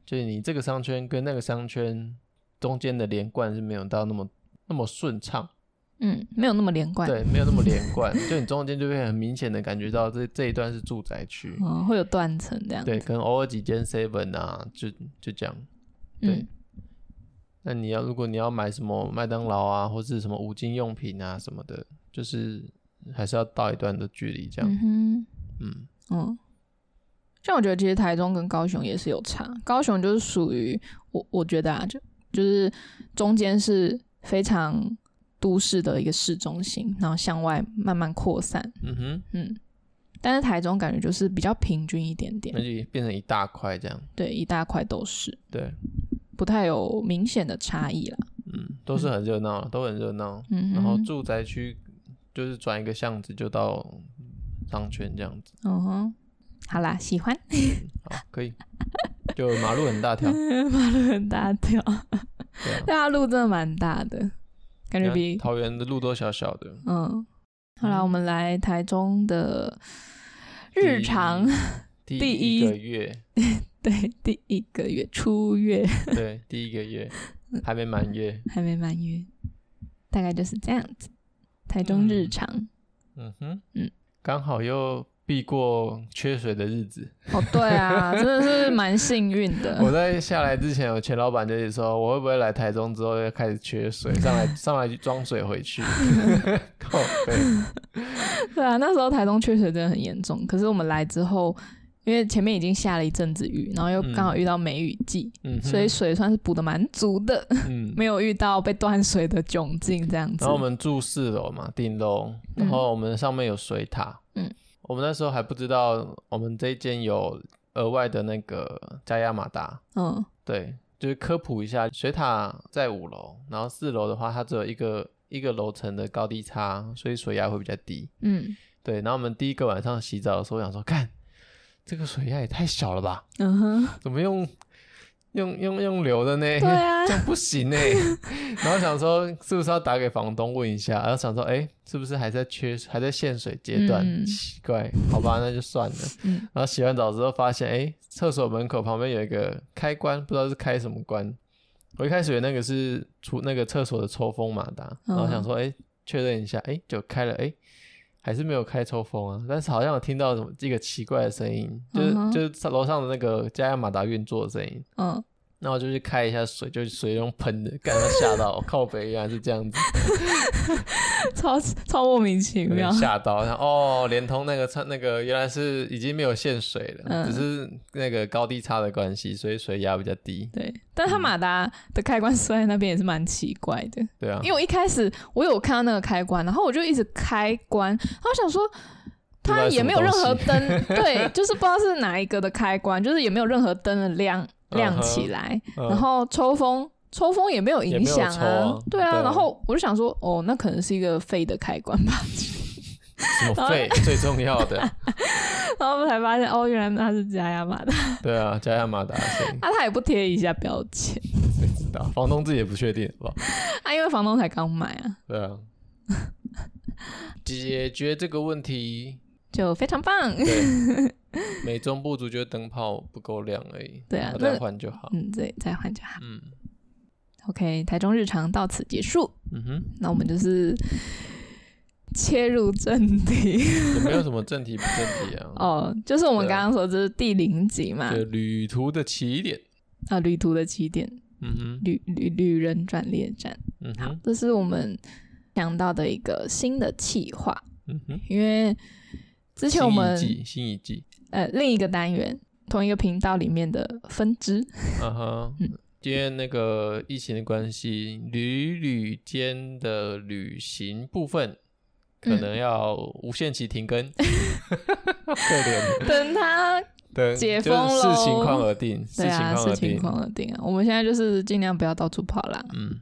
Speaker 2: 就是你这个商圈跟那个商圈中间的连贯是没有到那么那么顺畅，
Speaker 1: 嗯，没有那么连贯，
Speaker 2: 对，没有那么连贯，就你中间就会很明显的感觉到这这一段是住宅区，
Speaker 1: 嗯，会有断层这样。
Speaker 2: 对，可能偶尔几间 seven 啊，就就这样。对
Speaker 1: 嗯，
Speaker 2: 那你要如果你要买什么麦当劳啊，或是什么五金用品啊什么的，就是还是要到一段的距离这样，
Speaker 1: 嗯
Speaker 2: 嗯
Speaker 1: 哼，嗯，像我觉得其实台中跟高雄也是有差，高雄就是属于我我觉得啊，就就是中间是非常都市的一个市中心，然后向外慢慢扩散。
Speaker 2: 嗯哼，
Speaker 1: 嗯，但是台中感觉就是比较平均一点点
Speaker 2: 那，就变成一大块这样。
Speaker 1: 对，一大块都是，
Speaker 2: 对，
Speaker 1: 不太有明显的差异啦。
Speaker 2: 嗯，都是很热闹，都很热闹。
Speaker 1: 嗯哼，
Speaker 2: 然后住宅区就是转一个巷子就到商圈这样子。
Speaker 1: 嗯哼，好啦，喜欢
Speaker 2: 好，可以。就马路很大条，
Speaker 1: 马路很大条，
Speaker 2: 对啊
Speaker 1: 大路真的蛮大的，感觉
Speaker 2: 你看
Speaker 1: 比
Speaker 2: 桃园的路都小小的。
Speaker 1: 嗯，好啦，
Speaker 2: 嗯
Speaker 1: 我们来台中的日常，
Speaker 2: 第
Speaker 1: 第
Speaker 2: 一
Speaker 1: 一
Speaker 2: 个月，
Speaker 1: 对，第一个月初月
Speaker 2: 对，第一个月还没满月。
Speaker 1: 还没满月，大概就是这样子。台中日
Speaker 2: 嗯
Speaker 1: 常、
Speaker 2: 嗯哼，
Speaker 1: 嗯，
Speaker 2: 刚好又避过缺水的日子。
Speaker 1: 哦，对啊，真的是蛮幸运的。
Speaker 2: 我在下来之前，我前老板就是说，我会不会来台中之后又开始缺水，上来上来就装水回去。 靠背，
Speaker 1: 对啊，那时候台东缺水真的很严重，可是我们来之后，因为前面已经下了一阵子雨，然后又
Speaker 2: 嗯
Speaker 1: 刚好遇到梅雨季，
Speaker 2: 嗯哼，
Speaker 1: 所以水算是补的蛮足的，
Speaker 2: 嗯，
Speaker 1: 没有遇到被断水的窘境这样子。
Speaker 2: 然后我们住四楼嘛，顶楼，
Speaker 1: 嗯
Speaker 2: 然后我们上面有水塔。
Speaker 1: 嗯，
Speaker 2: 我们那时候还不知道，我们这一间有额外的那个加压马达。
Speaker 1: 嗯
Speaker 2: 对，就是科普一下，水塔在五楼，然后四楼的话，它只有一个一个楼层的高低差，所以水压会比较低。
Speaker 1: 嗯
Speaker 2: 对，然后我们第一个晚上洗澡的时候，我想说，看这个水压也太小了吧，
Speaker 1: 嗯哼，
Speaker 2: 怎么用用用用流的呢？
Speaker 1: 对啊
Speaker 2: 哎这，样不行呢、 然后想说，是不是要打给房东问一下？然后想说，哎、是不是还在缺，还在限水阶段？
Speaker 1: 嗯
Speaker 2: 奇怪，好吧，那就算了。
Speaker 1: 嗯
Speaker 2: 然后洗完澡之后发现，哎、厕所门口旁边有一个开关，不知道是开什么关。我一开始以为那个是出那个厕所的抽风马达，
Speaker 1: 嗯
Speaker 2: 然后想说，哎、确认一下，哎、就开了，哎、还是没有开抽风啊。但是好像有听到什么一个奇怪的声音，就是、
Speaker 1: 嗯哼
Speaker 2: 就是楼上的那个加压马达运作的声音。
Speaker 1: 嗯，
Speaker 2: 那我就去开一下水，就是水用喷的，干到吓到，靠北原来是这样子，
Speaker 1: 超超莫名其
Speaker 2: 有
Speaker 1: 妙
Speaker 2: 点。吓到。然后哦，联通那个差那个原来是已经没有限水了，
Speaker 1: 嗯
Speaker 2: 只是那个高低差的关系，所以水压比较低。
Speaker 1: 对，但他马达的开关设在那边也是蛮奇怪的，
Speaker 2: 对啊，
Speaker 1: 因为我一开始我有看到那个开关，然后我就一直开关，然后想说
Speaker 2: 不知
Speaker 1: 它
Speaker 2: 道
Speaker 1: 也没有
Speaker 2: 什
Speaker 1: 任
Speaker 2: 么
Speaker 1: 何
Speaker 2: 东西
Speaker 1: 灯， 对，就是不知道是哪一个的开关，就是也没有任何灯的亮亮起来，
Speaker 2: 嗯
Speaker 1: 然后抽风。抽风也没有影响
Speaker 2: 也没有
Speaker 1: 啊
Speaker 2: 抽啊
Speaker 1: 对啊，
Speaker 2: 对啊
Speaker 1: 然后我就想说，哦，那可能是一个废的开关吧，
Speaker 2: 什么肺最重要的，
Speaker 1: 然后才发现，哦，原来它是加压马达，
Speaker 2: 对啊，加压马达的声音，
Speaker 1: 啊，它也不贴一下标签，
Speaker 2: 谁知道？房东自己也不确定，好不好？
Speaker 1: 啊，因为房东才刚买啊，
Speaker 2: 对啊，解决这个 问题，
Speaker 1: 就非常棒，
Speaker 2: 对，美中不足就是灯泡不够亮而已，
Speaker 1: 对啊
Speaker 2: 然后
Speaker 1: 那
Speaker 2: 再换就好。
Speaker 1: 嗯，对，再换就好
Speaker 2: 嗯
Speaker 1: ，OK，台中日常到此结束，
Speaker 2: 嗯哼。
Speaker 1: 那我们就是切入正题
Speaker 2: 也没有什么正题不正题啊。哦，
Speaker 1: 哦，就是我们刚刚说这是第零集嘛，
Speaker 2: 对，旅途的起点。
Speaker 1: 啊，旅途的起点，
Speaker 2: 嗯哼，
Speaker 1: 旅旅旅人转列站，
Speaker 2: 嗯哼，
Speaker 1: 这是我们想到的一个新的企划，
Speaker 2: 嗯哼。
Speaker 1: 因为之前我们
Speaker 2: 新一季，新一季，
Speaker 1: 呃另一个单元同一个频道里面的分 支，
Speaker 2: 啊哈。
Speaker 1: 嗯
Speaker 2: 因为那个疫情的关系，旅旅间的旅行部分可
Speaker 1: 嗯
Speaker 2: 能要无限期停 更，可怜。
Speaker 1: 等它
Speaker 2: 对，
Speaker 1: 解
Speaker 2: 就是
Speaker 1: 封
Speaker 2: 视
Speaker 1: 喽
Speaker 2: 情况而定，视
Speaker 1: 对
Speaker 2: 情
Speaker 1: 啊
Speaker 2: 况
Speaker 1: 事
Speaker 2: 而
Speaker 1: 情
Speaker 2: 定。
Speaker 1: 况而定啊，我们现在就是尽量不要到处跑啦。
Speaker 2: 嗯，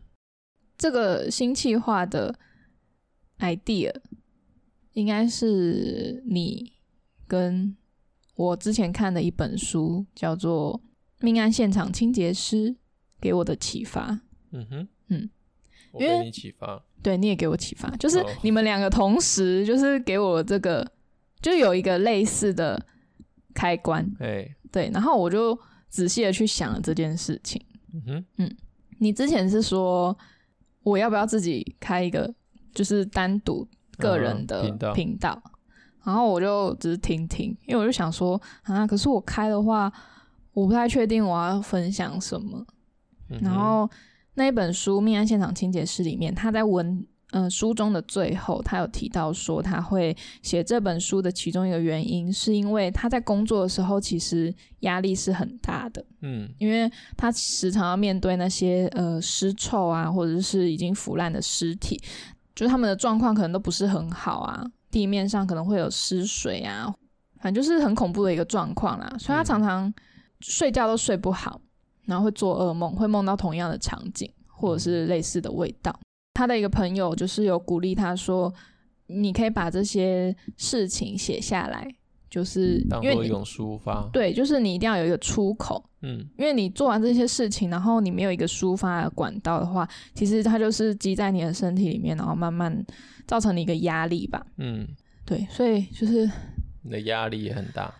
Speaker 1: 这个新企划的 idea 应该是你跟我之前看的一本书，叫做《命案现场清洁师》给我的启发。
Speaker 2: 嗯哼，
Speaker 1: 嗯，
Speaker 2: 我
Speaker 1: 因为
Speaker 2: 给你启发。
Speaker 1: 对，你也给我启发，就是
Speaker 2: 哦
Speaker 1: 你们两个同时就是给我这个，就有一个类似的开关，
Speaker 2: 哎，
Speaker 1: 对，然后我就仔细的去想了这件事情。
Speaker 2: 嗯哼，
Speaker 1: 你之前是说我要不要自己开一个，就是单独个人的
Speaker 2: 嗯频道
Speaker 1: 频道，然后我就只是听听，因为我就想说啊，可是我开的话，我不太确定我要分享什么。
Speaker 2: 嗯哼
Speaker 1: 然后那一本书《命案现场清洁师》里面，他在文嗯、呃书中的最后，他有提到说他会写这本书的其中一个原因，是因为他在工作的时候其实压力是很大的，
Speaker 2: 嗯
Speaker 1: 因为他时常要面对那些呃尸臭啊，或者是已经腐烂的尸体，就是他们的状况可能都不是很好啊，地面上可能会有尸水啊，反正就是很恐怖的一个状况啦。所以他
Speaker 2: 嗯
Speaker 1: 常常睡觉都睡不好，然后会做噩梦，会梦到同样的场景或者是类似的味道。他的一个朋友就是有鼓励他说，你可以把这些事情写下来，就是
Speaker 2: 当
Speaker 1: 因为
Speaker 2: 做一
Speaker 1: 你
Speaker 2: 种抒发，
Speaker 1: 对，就是你一定要有一个出口。
Speaker 2: 嗯
Speaker 1: 因为你做完这些事情，然后你没有一个抒发的管道的话，其实它就是积在你的身体里面，然后慢慢造成你一个压力吧。
Speaker 2: 嗯，
Speaker 1: 对，所以就是
Speaker 2: 你的压力也很大，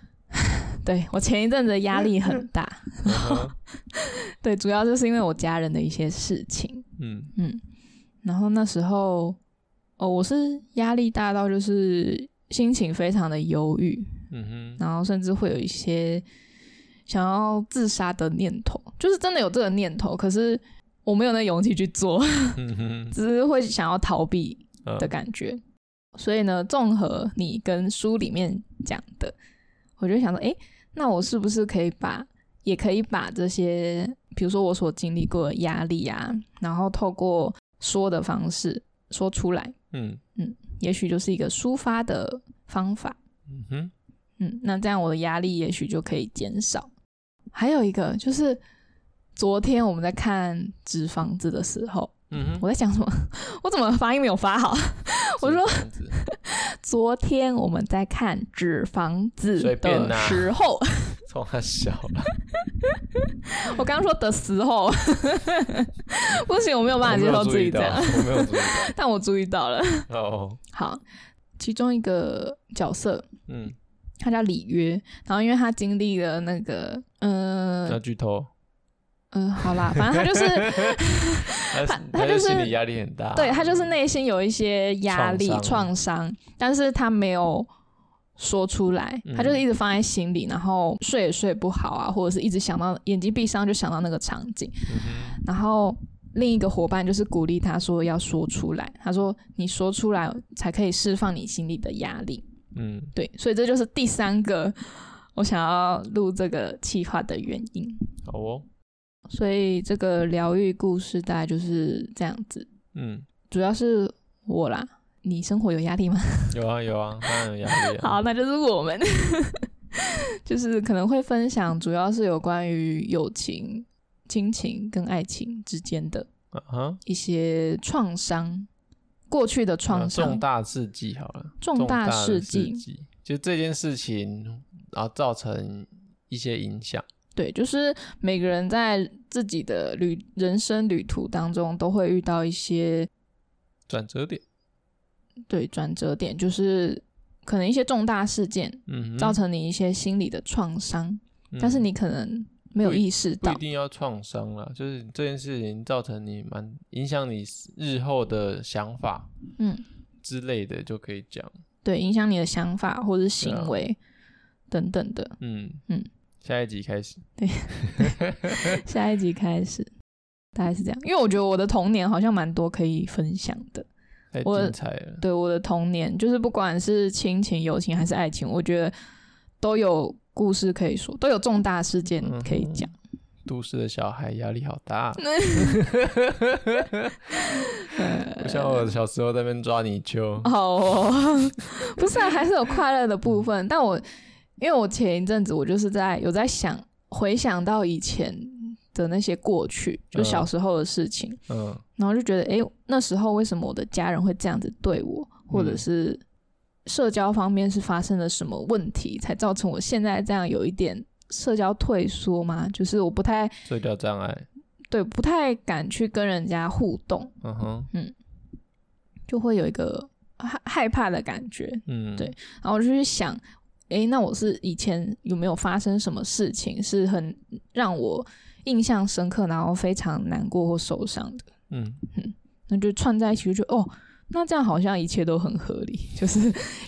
Speaker 1: 对我前一阵子的压力很大，
Speaker 2: 嗯哼
Speaker 1: 对，主要就是因为我家人的一些事情，
Speaker 2: 嗯
Speaker 1: 嗯，然后那时候哦，我是压力大到就是心情非常的忧郁，
Speaker 2: 嗯哼，
Speaker 1: 然后甚至会有一些想要自杀的念头，就是真的有这个念头，可是我没有那勇气去做。
Speaker 2: 嗯哼，
Speaker 1: 只是会想要逃避
Speaker 2: 嗯
Speaker 1: 的感觉。所以呢，综合你跟书里面讲的，我就想说，诶，那我是不是可以把，也可以把这些，比如说我所经历过的压力啊，然后透过说的方式说出来，
Speaker 2: 嗯
Speaker 1: 也许就是一个抒发的方法。
Speaker 2: 嗯哼，
Speaker 1: 嗯，那这样我的压力也许就可以减少。还有一个就是，昨天我们在看《纸房子》的时候，
Speaker 2: 嗯哼，
Speaker 1: 我在讲什么？ 我怎么发音没有发好？我
Speaker 2: 是
Speaker 1: 说
Speaker 2: 这样子，
Speaker 1: 昨天我们在看《纸房子
Speaker 2: 随》便
Speaker 1: 的
Speaker 2: 啦
Speaker 1: 时候，
Speaker 2: 从他小了，
Speaker 1: 我刚刚说的时候， 不行，我没有办
Speaker 2: 我
Speaker 1: 法
Speaker 2: 没
Speaker 1: 接
Speaker 2: 有
Speaker 1: 受
Speaker 2: 注
Speaker 1: 自
Speaker 2: 意
Speaker 1: 己这
Speaker 2: 到，
Speaker 1: 样，
Speaker 2: 我没有注意
Speaker 1: 但我注意到了。
Speaker 2: 到，哦，
Speaker 1: 好，其中一个角色
Speaker 2: 嗯，
Speaker 1: 他叫里约，然后因为他经历了那个，嗯、
Speaker 2: 那剧 透，
Speaker 1: 嗯、好啦，反正他 就是，
Speaker 2: 他
Speaker 1: 他
Speaker 2: 他
Speaker 1: 就是
Speaker 2: 心理压力很大，
Speaker 1: 对他就是内心有一些压力、
Speaker 2: 创伤
Speaker 1: 创伤，但是他没有。说出来，
Speaker 2: 嗯
Speaker 1: 他就是一直放在心里，然后睡也睡不好啊，或者是一直想到眼睛闭上就想到那个场景，
Speaker 2: 嗯哼，
Speaker 1: 然后另一个伙伴就是鼓励他说要说出来，他说你说出来才可以释放你心里的压力。
Speaker 2: 嗯
Speaker 1: 对，所以这就是第三个我想要录这个企划的原因。
Speaker 2: 好哦，
Speaker 1: 所以这个疗愈故事大概就是这样子，
Speaker 2: 嗯，
Speaker 1: 主要是我啦。你生活有压力吗？
Speaker 2: 有啊有啊，当然有压力啊，
Speaker 1: 好，那就是我们，就是可能会分享，主要是有关于友情、亲情跟爱情之间的
Speaker 2: 嗯哼，
Speaker 1: 一些创伤，过去的创
Speaker 2: 啊
Speaker 1: 伤
Speaker 2: 重、大事迹好了，
Speaker 1: 重大
Speaker 2: 的
Speaker 1: 事
Speaker 2: 事
Speaker 1: 迹，
Speaker 2: 迹，就这件事情，然后造成一些影响，
Speaker 1: 对，就是每个人在自己的旅人生旅途当中都会遇到一些
Speaker 2: 转折点，
Speaker 1: 对转折点，就是可能一些重大事件
Speaker 2: 嗯哼，
Speaker 1: 造成你一些心理的创伤，
Speaker 2: 嗯，
Speaker 1: 但是你可能没有
Speaker 2: 不
Speaker 1: 意识
Speaker 2: 不一
Speaker 1: 到，
Speaker 2: 定要创伤啦，就是这件事情造成你蛮影响你日后的想法
Speaker 1: 嗯，
Speaker 2: 之类的，就可以讲，
Speaker 1: 对，影响你的想法或者是
Speaker 2: 对啊
Speaker 1: 行为、等等的。
Speaker 2: 嗯
Speaker 1: 嗯，
Speaker 2: 下一集开始，
Speaker 1: 下一集开始，大概是这样，因为我觉得我的童年好像蛮多可以分享的。
Speaker 2: 太
Speaker 1: 我
Speaker 2: 精彩了，
Speaker 1: 对我的童年，就是不管是亲情、友情还是爱情，我觉得都有故事可以说，都有重大事件可以讲。
Speaker 2: 都市的小孩压力好大，不像我小时候在那边抓泥鳅，
Speaker 1: 哦， 不是、啊，还是有快乐的部分。但我因为我前一阵子我就是在有在想，回想到以前的那些过去，就
Speaker 2: 嗯
Speaker 1: 小时候的事情，
Speaker 2: 嗯
Speaker 1: 然后就觉得，诶，那时候为什么我的家人会这样子对我，或者
Speaker 2: 嗯
Speaker 1: 是社交方面是发生了什么问题，才造成我现在这样有一点社交退缩吗？就是我不太
Speaker 2: 社交障碍，
Speaker 1: 对，不太敢去跟人家互动，
Speaker 2: 嗯哼，
Speaker 1: 就会有一个害害怕的感觉。
Speaker 2: 嗯，
Speaker 1: 对然后我就去想，诶，那我是以前有没有发生什么事情是很让我印象深刻，然后非常难过或受伤的？
Speaker 2: 嗯
Speaker 1: 那就串在一起，就觉得哦，那这样好像一切都很合理， 就是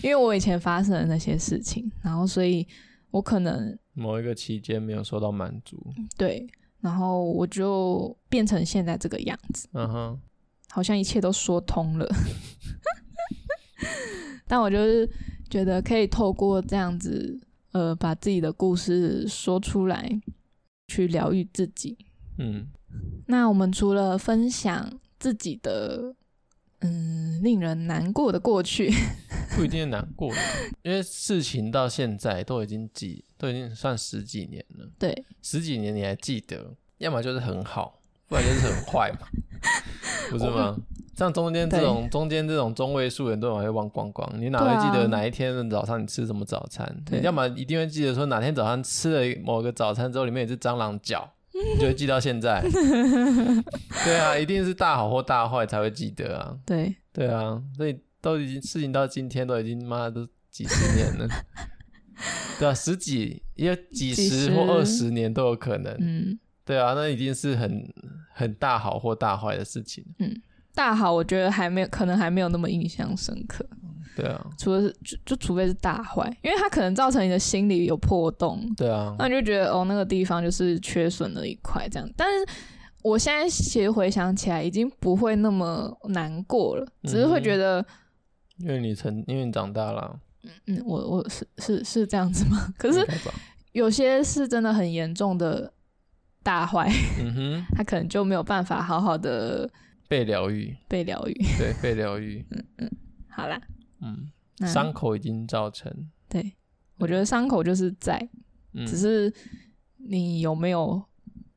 Speaker 1: 因为我以前发生的那些事情，然后所以我可能
Speaker 2: 某一个期间没有受到满足，
Speaker 1: 对，然后我就变成现在这个样子。
Speaker 2: 嗯哼，
Speaker 1: 好像一切都说通了。 但我就是觉得可以透过这样子，呃，把自己的故事说出来，去疗愈自己。
Speaker 2: 嗯，
Speaker 1: 那我们除了分享自己的嗯令人难过的过去，
Speaker 2: 不一定难过，因为事情到现在都已经几，都已经算十几年了。
Speaker 1: 对，
Speaker 2: 十几年你还记得，要么就是很好，不然就是很坏嘛， 不是吗？像中间这种中间这种中位数人都往会忘光光，你哪会记
Speaker 1: 对啊
Speaker 2: 得哪一天的早上你吃什么早餐？
Speaker 1: 对
Speaker 2: 你要么一定会记得说哪天早上吃了某个早餐之后里面有一只蟑螂脚，你就会记到现在。 对啊，一定是大好或大坏才会记得啊。
Speaker 1: 对，
Speaker 2: 对啊，所以都已经事情到今天都已经妈都几十 年了，对啊，十几也有几
Speaker 1: 几
Speaker 2: 十
Speaker 1: 十
Speaker 2: 或二十年都有可能，
Speaker 1: 嗯，
Speaker 2: 对啊，那已经是很很大好或大坏的事情，
Speaker 1: 大好，我觉得还没有，可能还没有那么印象深刻，
Speaker 2: 对啊，
Speaker 1: 除了是就就除非是大坏，因为它可能造成你的心理有破洞，
Speaker 2: 对啊，
Speaker 1: 那你就觉得哦，那个地方就是缺损了一块这样。但是我现在其实回想起来，已经不会那么难过了，只是会觉得，
Speaker 2: 因为你成，因为你长大了，
Speaker 1: 嗯，我我是是是这样子吗？ 可是
Speaker 2: 应该吧
Speaker 1: 有些是真的很严重的大坏，
Speaker 2: 嗯哼，
Speaker 1: 他可能就没有办法好好的
Speaker 2: 被疗愈，
Speaker 1: 被疗愈。
Speaker 2: 对，被疗愈，
Speaker 1: 好啦，
Speaker 2: 嗯，
Speaker 1: 那
Speaker 2: 伤口已经造成，
Speaker 1: 对，我觉得伤口就是在，
Speaker 2: 嗯
Speaker 1: 只是你有没有，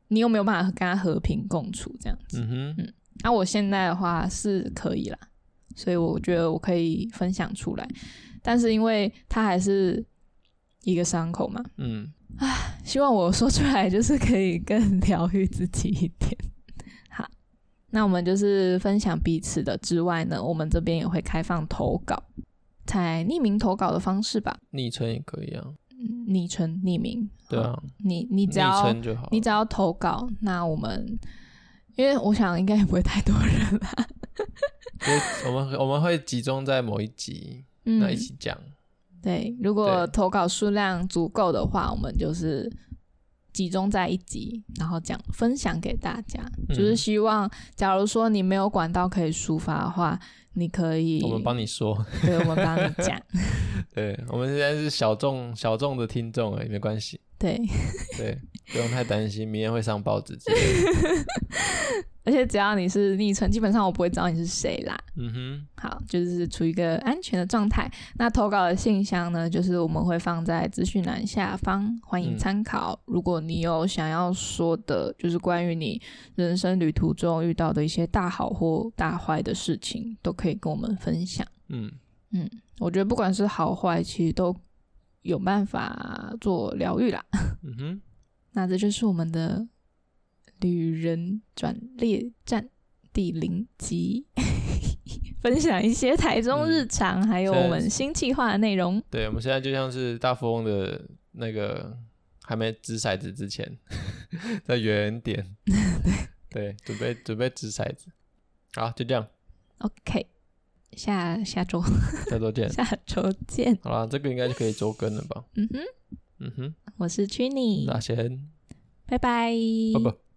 Speaker 1: 你有没有办法跟他和平共处这样子。
Speaker 2: 嗯哼，
Speaker 1: 那、我现在的话是可以啦，所以我觉得我可以分享出来，但是因为它还是一个伤口嘛，
Speaker 2: 嗯，
Speaker 1: 希望我说出来就是可以更 疗愈自己一点。 好，那我们就是分享彼此的之外呢，我们这边也会开放投稿，采匿名投稿的方式吧，
Speaker 2: 昵称也可以啊，
Speaker 1: 嗯昵称匿名。
Speaker 2: 对啊，
Speaker 1: 你你
Speaker 2: 昵
Speaker 1: 只要
Speaker 2: 称就好了，
Speaker 1: 你只要投稿，那我们因为我想应该也不会太多人 啦，
Speaker 2: 所以我们我们会集中在某一集，
Speaker 1: 嗯
Speaker 2: 那一，起讲。
Speaker 1: 对，如果
Speaker 2: 对
Speaker 1: 投稿数量足够的话，我们就是集中在一集，然后讲分享给大家。就是
Speaker 2: 嗯
Speaker 1: 希望，假如说你没有管道可以抒发的话，你可以
Speaker 2: 我们帮你说，
Speaker 1: 对，我们帮你 讲。
Speaker 2: 对我们现在是小众小众的听众而已，没关系，
Speaker 1: 对，
Speaker 2: 对，不用太担心，明天会上报纸之类的。
Speaker 1: 而且只要你是昵称，基本上我不会知道你是谁啦。
Speaker 2: 嗯哼，
Speaker 1: 好，就是处于一个安全的状态。那投稿的信箱呢，就是我们会放在资讯栏下方，欢迎
Speaker 2: 嗯
Speaker 1: 参考。如果你有想要说的，就是关于你人生旅途中遇到的一些大好或大坏的事情，都可以跟我们分享。
Speaker 2: 嗯，
Speaker 1: 我觉得不管是好坏，其实都有办法做疗愈啦。
Speaker 2: 嗯哼，
Speaker 1: 那这就是我们的旅人转列站第零集，分享一些台中日常，还有
Speaker 2: 现在
Speaker 1: 我们新计划的内容。
Speaker 2: 对，我们现在就像是大富翁的那个还没掷骰子之前， 在原点，对，准备准备掷骰子，好，就这样，
Speaker 1: OK，下下周
Speaker 2: 下 周见。
Speaker 1: 下周见。
Speaker 2: 好啦，这个应该就可以周更了吧？
Speaker 1: 嗯哼，
Speaker 2: 嗯哼，
Speaker 1: 我是 c h i n y
Speaker 2: 那先，
Speaker 1: 拜拜。
Speaker 2: 不不。